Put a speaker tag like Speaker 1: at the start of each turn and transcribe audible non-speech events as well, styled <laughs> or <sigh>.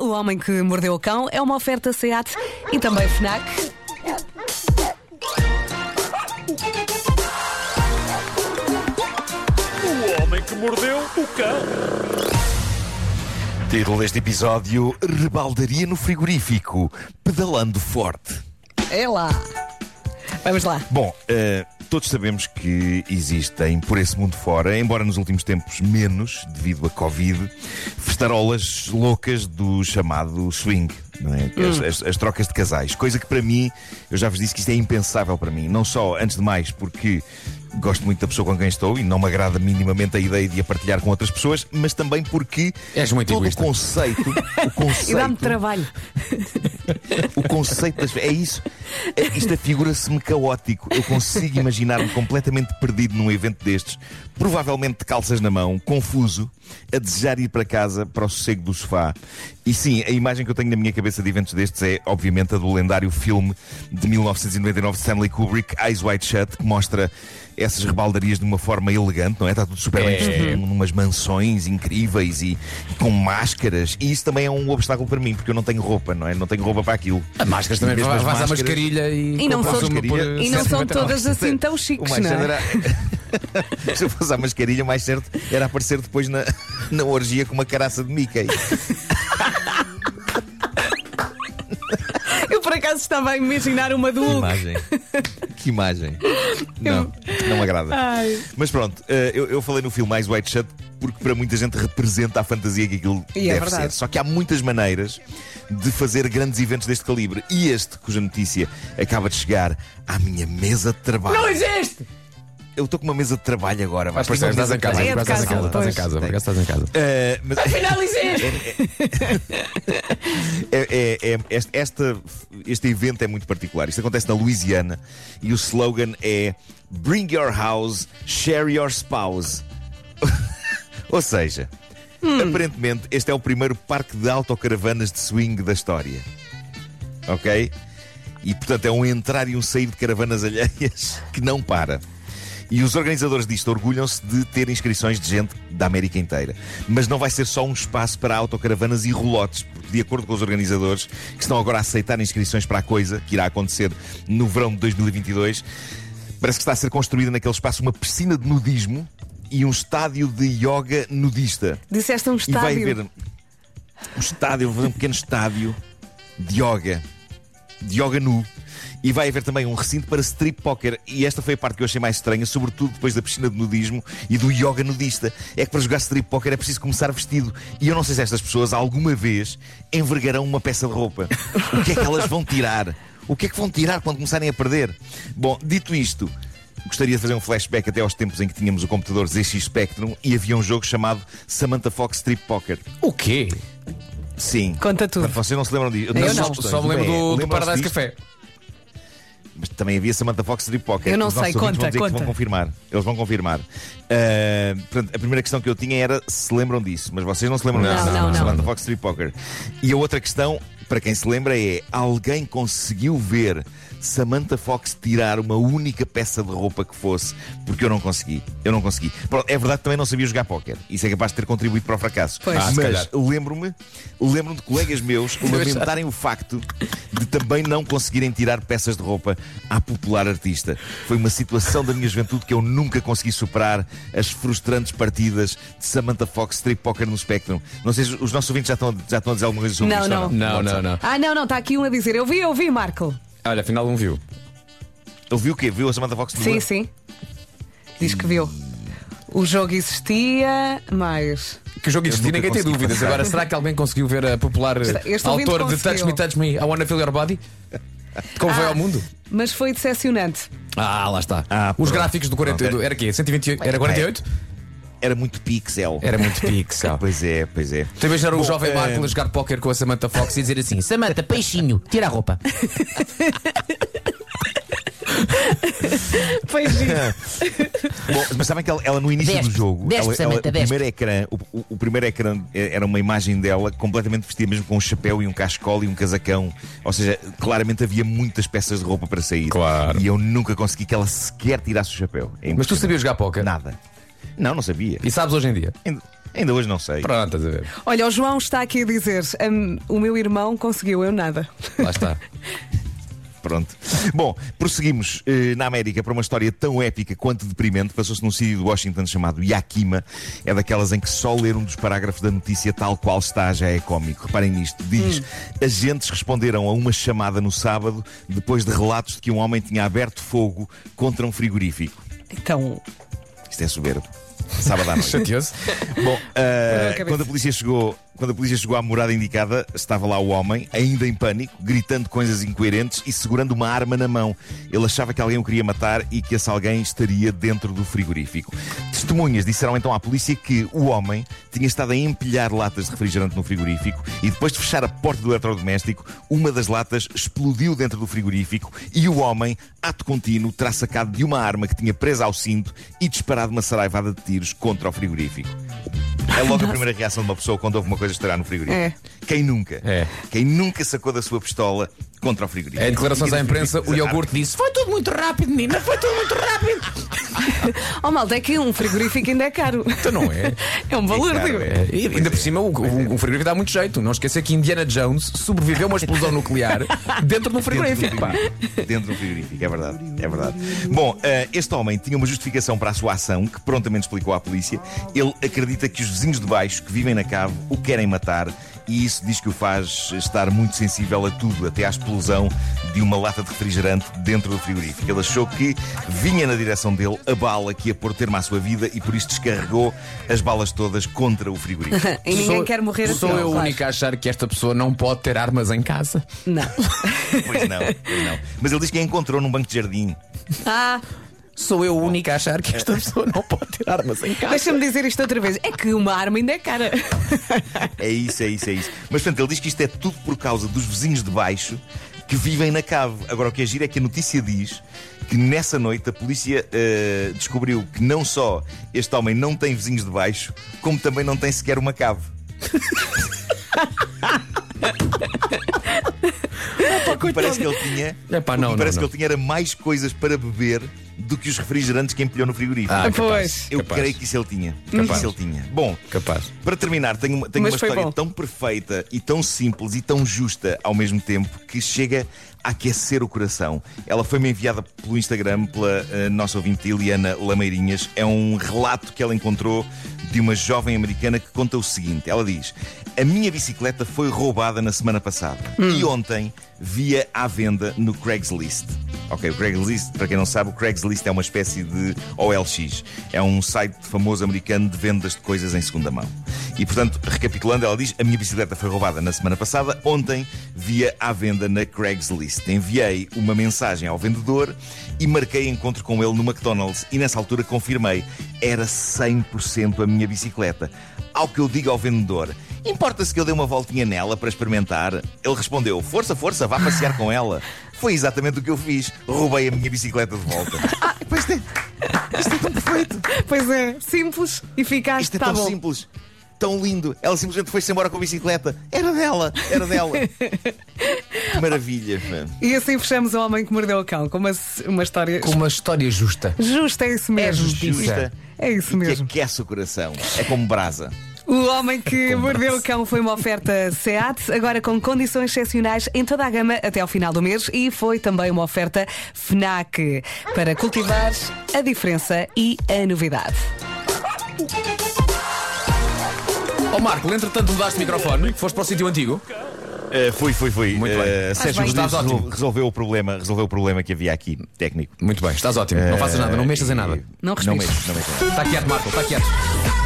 Speaker 1: Homem que Mordeu o Cão é uma oferta SEAT e também FNAC.
Speaker 2: O homem que mordeu o cão.
Speaker 3: Título deste episódio: Rebaldaria no frigorífico, pedalando forte.
Speaker 1: É lá. Vamos lá.
Speaker 3: Bom, eh, todos sabemos que existem por esse mundo fora, embora nos últimos tempos menos, devido à Covid, festarolas loucas do chamado swing. não é? Que as,
Speaker 4: Hum.
Speaker 3: as- as trocas de casais, coisa que para mim, eu já vos disse que isto é impensável para mim. Não só, antes de mais, porque gosto muito da pessoa com quem estou e não me agrada minimamente a ideia de a partilhar com outras pessoas, mas também porque
Speaker 4: És muito
Speaker 3: todo
Speaker 4: egoísta.
Speaker 3: o conceito,
Speaker 4: <laughs>
Speaker 3: o
Speaker 1: E dá-me
Speaker 3: conceito
Speaker 1: trabalho.
Speaker 3: o conceito das. É isso. É- Isto afigura-se-me caótico. Eu consigo imaginar-me completamente perdido num evento destes, provavelmente de calças na mão, confuso, a desejar ir para casa, para o sossego do sofá. E sim, a imagem que eu tenho na minha cabeça de eventos destes é, obviamente, a do lendário filme de 1999 de Stanley Kubrick, Eyes Wide Shut, que mostra essas rebaldarias de uma forma elegante, não é? Está tudo super bem vestido, numas mansões incríveis e, e com máscaras. E isso também é um obstáculo para mim, porque eu não tenho roupa, não é? Não tenho roupa para aquilo.
Speaker 4: A máscaras também
Speaker 3: Mesmo
Speaker 4: vai
Speaker 3: as
Speaker 4: vais à
Speaker 3: máscaras.
Speaker 4: mascarilha e,
Speaker 1: E um não
Speaker 4: compras
Speaker 1: são-
Speaker 4: uma por
Speaker 3: Mascarilha.
Speaker 1: E não são
Speaker 4: 150
Speaker 1: todas assim tão
Speaker 3: O
Speaker 1: chiques,
Speaker 3: mais
Speaker 1: não
Speaker 3: certo
Speaker 1: é?
Speaker 3: era. <laughs> Se eu fosse à mascarilha, o mais certo era aparecer depois na, na orgia com uma caraça de Mickey.
Speaker 1: Eu por acaso estava a imaginar uma do Hulk.
Speaker 3: que imagem. Não, não me agrada.
Speaker 1: Ai.
Speaker 3: Mas pronto, eh, eu, eu falei no filme Mais White Shut porque para muita gente representa a fantasia que aquilo
Speaker 1: E é
Speaker 3: deve
Speaker 1: verdade.
Speaker 3: ser. Só que há muitas maneiras de fazer grandes eventos deste calibre. E este, cuja notícia acaba de chegar à minha mesa de trabalho.
Speaker 1: Não é- existe!
Speaker 3: Eu estou com uma mesa de trabalho agora. Vai
Speaker 4: Acho que
Speaker 3: parecer uma
Speaker 4: Ah, estás
Speaker 3: mesa
Speaker 4: em
Speaker 3: de
Speaker 4: casa,
Speaker 1: É de
Speaker 3: trabalho.
Speaker 4: por acaso
Speaker 1: casa,
Speaker 4: estás em
Speaker 1: pois.
Speaker 4: casa, por acaso estás em casa.
Speaker 3: Eh, mas- <laughs>
Speaker 1: Afinal existe!
Speaker 3: É- é- é- este, esta- este evento é muito particular. Isto acontece na Louisiana e o slogan é Bring Your House, Share Your Spouse. <laughs> Ou seja, aparentemente este é o primeiro parque de autocaravanas de swing da história. Ok? E portanto é um entrar e um sair de caravanas alheias <laughs> que não para. E os organizadores disto orgulham-se de ter inscrições de gente da América inteira. Mas não vai ser só um espaço para autocaravanas e rolotes, porque, de acordo com os organizadores, que estão agora a aceitar inscrições para a coisa, que irá acontecer no verão de 2022, parece que está a ser construída naquele espaço uma piscina de nudismo e um estádio de yoga nudista.
Speaker 1: Disseste um
Speaker 3: E vai
Speaker 1: estádio.
Speaker 3: haver um estádio, vou fazer um pequeno estádio de yoga, de yoga nu. E vai haver também um recinto para strip poker. E esta foi a parte que eu achei mais estranha, sobretudo depois da piscina de nudismo e do yoga nudista. É que para jogar strip poker é preciso começar vestido. E eu não sei se estas pessoas alguma vez envergarão uma peça de roupa. O que é que elas vão tirar? O que é que vão tirar quando começarem a perder? Bom, dito isto, Gostaria de fazer um flashback até aos tempos em que tínhamos o computador ZX Spectrum e havia um jogo chamado Samantha Fox Strip Poker.
Speaker 4: O quê?
Speaker 3: Sim.
Speaker 1: Conta tudo.
Speaker 3: Vocês não se lembram disso?
Speaker 1: Eu
Speaker 3: tenho
Speaker 1: não.
Speaker 3: essas questões,
Speaker 4: Só me lembro
Speaker 3: não é?
Speaker 4: do, do
Speaker 3: Lembram-se
Speaker 4: Paradise
Speaker 3: disto?
Speaker 4: Café.
Speaker 3: Mas também havia Samantha Fox Strip Poker.
Speaker 1: Eu não
Speaker 3: Os nossos
Speaker 1: sei,
Speaker 3: ouvintes
Speaker 1: conta,
Speaker 3: vão dizer que
Speaker 1: conta.
Speaker 3: vão confirmar. Eles vão confirmar. Ah, portanto, a primeira questão que eu tinha era se lembram disso, mas vocês não se lembram
Speaker 1: Não,
Speaker 3: disso.
Speaker 1: não, não.
Speaker 3: Samantha Fox Strip Poker. E a outra questão, para quem se lembra, é alguém conseguiu ver Samantha Fox tirar uma única peça de roupa que fosse, porque eu não consegui. Eu não consegui. Pronto, É verdade que também não sabia jogar póquer. Isso é capaz de ter contribuído para o fracasso.
Speaker 1: Pois. Ah,
Speaker 4: se
Speaker 3: mas
Speaker 4: calhar.
Speaker 3: lembro-me, lembro-me de colegas
Speaker 4: <laughs>
Speaker 3: meus lamentarem o facto de também não conseguirem tirar peças de roupa à popular artista. Foi uma situação da minha juventude que eu nunca consegui superar as frustrantes partidas de Samantha Fox strip poker no Spectrum. Não sei se os nossos ouvintes já estão, já estão a dizer alguma coisa sobre
Speaker 1: Não,
Speaker 3: isto ou não.
Speaker 4: Não, não, não.
Speaker 1: Ah, não, não, está aqui um a dizer. Eu vi, eu vi, Marco.
Speaker 4: Olha, afinal não viu.
Speaker 3: Ele viu o quê? Viu a Samantha Fox
Speaker 1: Sim, sim. Diz que viu. O jogo existia, mas.
Speaker 4: Que o jogo
Speaker 3: Eu
Speaker 4: existia,
Speaker 3: nunca
Speaker 4: ninguém tem
Speaker 3: consegui
Speaker 4: dúvidas. <laughs>
Speaker 3: passar.
Speaker 4: Agora, será que alguém conseguiu ver a popular
Speaker 1: este ouvinte
Speaker 4: autora de
Speaker 1: conseguiu.
Speaker 4: Touch Me, Touch Me, I Wanna Feel Your Body? Como foi
Speaker 1: Ah,
Speaker 4: ao mundo?
Speaker 1: Mas foi <laughs> decepcionante.
Speaker 4: Ah, lá está.
Speaker 3: Ah,
Speaker 4: Os
Speaker 3: pronto.
Speaker 4: gráficos do 48.
Speaker 3: Pronto.
Speaker 4: Era quê? 128? Era 48?
Speaker 3: Era muito pixel.
Speaker 4: Era muito <laughs> pixel.
Speaker 3: Pois é, pois é.
Speaker 4: Tu imaginar o
Speaker 3: Bom,
Speaker 4: jovem
Speaker 3: eh,
Speaker 4: Marco a jogar póquer com a Samantha Fox e dizer assim: Samantha, peixinho, tira a roupa.
Speaker 1: Foi giro.
Speaker 3: Bom, mas sabem que ela, ela no início
Speaker 5: Despe,
Speaker 3: do jogo,
Speaker 5: despe,
Speaker 3: ela- ela-
Speaker 5: Samantha,
Speaker 3: o,
Speaker 5: despe.
Speaker 3: primeiro ecrã, o, o- o primeiro ecrã eh, era uma imagem dela completamente vestida, mesmo com um chapéu e um cascol e um casacão. Ou seja, claramente havia muitas peças de roupa para sair.
Speaker 4: Claro.
Speaker 3: E eu nunca consegui que ela sequer tirasse o chapéu. É
Speaker 4: Mas tu
Speaker 3: impressionante.
Speaker 4: sabias jogar póquer?
Speaker 3: Nada. Não, não sabia.
Speaker 4: E sabes hoje em dia?
Speaker 3: Ainda, ainda hoje não sei.
Speaker 4: Pronto, estás a ver.
Speaker 1: Olha, o João está aqui a dizer: "Hum, o meu irmão conseguiu, eu nada.
Speaker 4: Lá <laughs> está.
Speaker 3: Pronto. Bom, prosseguimos eh, na América para uma história tão épica quanto deprimente. Passou-se num sítio de Washington chamado Yakima. É daquelas em que só ler um dos parágrafos da notícia tal qual está já é cómico. Reparem nisto. Diz: agentes responderam a uma chamada no sábado depois de relatos de que um homem tinha aberto fogo contra um frigorífico.
Speaker 1: Então,
Speaker 3: Isto é soberbo. Sábado à noite.
Speaker 4: Chateou-se?
Speaker 3: <laughs> Bom, ah,
Speaker 1: cabeça.
Speaker 3: quando, a polícia chegou, quando a polícia chegou à morada indicada, estava lá o homem, ainda em pânico, gritando coisas incoerentes e segurando uma arma na mão. Ele achava que alguém o queria matar e que esse alguém estaria dentro do frigorífico. Testemunhas disseram então à polícia que o homem tinha estado a empilhar latas de refrigerante no frigorífico e depois de fechar a porta do eletrodoméstico, uma das latas explodiu dentro do frigorífico e o homem, ato contínuo, terá sacado de uma arma que tinha presa ao cinto e disparado uma saraivada de tiros contra o frigorífico. É logo a primeira reação de uma pessoa quando ouve uma coisa estourar no frigorífico. Quem nunca?
Speaker 4: É.
Speaker 3: Quem nunca sacou da sua pistola contra o frigorífico?
Speaker 4: Em declarações
Speaker 3: E
Speaker 4: à
Speaker 3: que
Speaker 4: imprensa, o
Speaker 3: desarma.
Speaker 4: iogurte disse: Foi tudo muito rápido, menina, foi tudo muito rápido.
Speaker 1: oh malta, é que um frigorífico ainda é caro.
Speaker 4: Então não é.
Speaker 1: É um valor,
Speaker 3: É caro,
Speaker 1: digo.
Speaker 4: <laughs> É, e ainda por cima, o, o, o frigorífico dá muito jeito. Não esquecer que Indiana Jones sobreviveu a uma explosão nuclear <laughs> dentro de um frigorífico. pá.
Speaker 3: Dentro do frigorífico, é verdade, é verdade. Bom, eh, este homem tinha uma justificação para a sua ação que prontamente explicou à polícia. Ele acredita que os vizinhos de baixo que vivem na cave o querem matar e isso diz que o faz estar muito sensível a tudo, até à explosão de uma lata de refrigerante dentro do frigorífico. Ele achou que vinha na direção dele a bala que ia pôr termo à sua vida e por isso descarregou as balas todas contra o frigorífico.
Speaker 1: <laughs> E ninguém
Speaker 4: Sou-
Speaker 1: quer morrer assim.
Speaker 4: Sou eu o
Speaker 1: claro.
Speaker 4: único a achar que esta pessoa não pode ter armas em casa.
Speaker 1: Não.
Speaker 4: <laughs>
Speaker 3: Pois não, pois não. Mas ele diz que a encontrou num banco de jardim.
Speaker 1: Ah,
Speaker 4: Sou eu o único a achar que esta pessoa não pode ter armas em casa.
Speaker 1: deixa-me dizer isto outra vez. É que uma arma ainda é cara.
Speaker 3: É isso, é isso, é isso. Mas portanto, ele diz que isto é tudo por causa dos vizinhos de baixo que vivem na cave. Agora, o que é giro é que a notícia diz que nessa noite a polícia eh, descobriu que não só este homem não tem vizinhos de baixo, como também não tem sequer uma cave. E parece que ele tinha.
Speaker 4: Epá,
Speaker 3: o que
Speaker 4: não, não,
Speaker 3: parece
Speaker 4: não.
Speaker 3: que ele tinha era mais coisas para beber do que os refrigerantes que empilhou no frigorífico.
Speaker 4: Ah,
Speaker 1: pois.
Speaker 3: Eu
Speaker 4: capaz.
Speaker 3: creio que isso ele tinha. Capaz. Isso ele tinha. Bom,
Speaker 4: Capaz.
Speaker 3: para terminar, tenho uma, tenho
Speaker 1: Mas
Speaker 3: uma
Speaker 1: foi
Speaker 3: história
Speaker 1: bom.
Speaker 3: tão perfeita e tão simples e tão justa ao mesmo tempo que chega a aquecer o coração. Ela foi-me enviada pelo Instagram pela eh, nossa ouvinte Eliana Lameirinhas. É um relato que ela encontrou de uma jovem americana que conta o seguinte: ela diz: A minha bicicleta foi roubada na semana passada
Speaker 1: Hum.
Speaker 3: e ontem via à venda no Craigslist. Ok, o Craigslist, para quem não sabe, o Craigslist é uma espécie de OLX. É um site famoso americano de vendas de coisas em segunda mão. E, portanto, recapitulando, ela diz: A minha bicicleta foi roubada na semana passada, ontem via à venda na Craigslist. Enviei uma mensagem ao vendedor e marquei encontro com ele no McDonald's. E nessa altura confirmei: era 100% a minha bicicleta. Ao que eu digo ao vendedor: Importa-se que eu dê uma voltinha nela para experimentar? Ele respondeu: Força, força, vá passear com ela. Foi exatamente o que eu fiz. Roubei a minha bicicleta de volta.
Speaker 1: Pois é. Isto é tão perfeito. Pois é, simples, eficaz,
Speaker 3: Isto é
Speaker 1: está
Speaker 3: tão
Speaker 1: tá bom.
Speaker 3: simples, tão lindo. Ela simplesmente foi-se embora com a bicicleta. Era dela,
Speaker 1: <laughs>
Speaker 3: era dela. Que maravilha, mano.
Speaker 1: E assim fechamos o Homem que Mordeu o Cão com uma, uma história
Speaker 4: Com uma história justa.
Speaker 1: justa, é isso mesmo.
Speaker 4: justiça.
Speaker 3: Justa.
Speaker 1: É isso
Speaker 3: E
Speaker 1: mesmo.
Speaker 3: que aquece o coração. É como brasa.
Speaker 1: O Homem que Mordeu o Cão foi uma oferta SEAT, agora com condições excepcionais em toda a gama até ao final do mês e foi também uma oferta FNAC para cultivar a diferença e a novidade.
Speaker 4: Ó Marco, entretanto mudaste o microfone, foste para o sítio antigo. É,
Speaker 3: Eh, fui, fui, fui.
Speaker 4: Muito bem.
Speaker 3: Eh,
Speaker 4: Faz
Speaker 3: Sérgio
Speaker 1: bem.
Speaker 3: Rodrigues
Speaker 4: Estás ótimo.
Speaker 3: resol- resolveu o problema, resolveu o problema que havia aqui, técnico.
Speaker 4: É. Muito bem, estás ótimo. Não faças nada, não mexas em
Speaker 3: Eh,
Speaker 4: nada.
Speaker 3: e-
Speaker 1: Não
Speaker 3: Não
Speaker 1: respires.
Speaker 3: mexo, não mexo. em nada.
Speaker 4: Está quieto, Marco, está quieto.